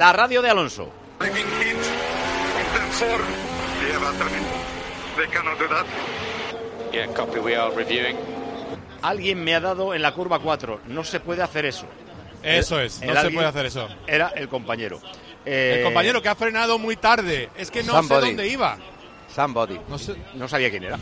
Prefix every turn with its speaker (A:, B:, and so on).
A: La radio de Alonso.
B: Breaking hit from turn four. Lleva término. They cannot do that.
C: Yeah, copy. We are reviewing.
A: Alguien me ha dado en la curva 4. No se puede hacer eso.
D: Eso es, no
A: El
D: se
A: alguien
D: puede hacer eso.
A: Era el compañero.
D: El
A: Eh,
D: compañero que ha frenado muy tarde. Es que no sé
E: somebody.
D: dónde iba.
E: Somebody.
D: No sé.
A: No sabía quién era.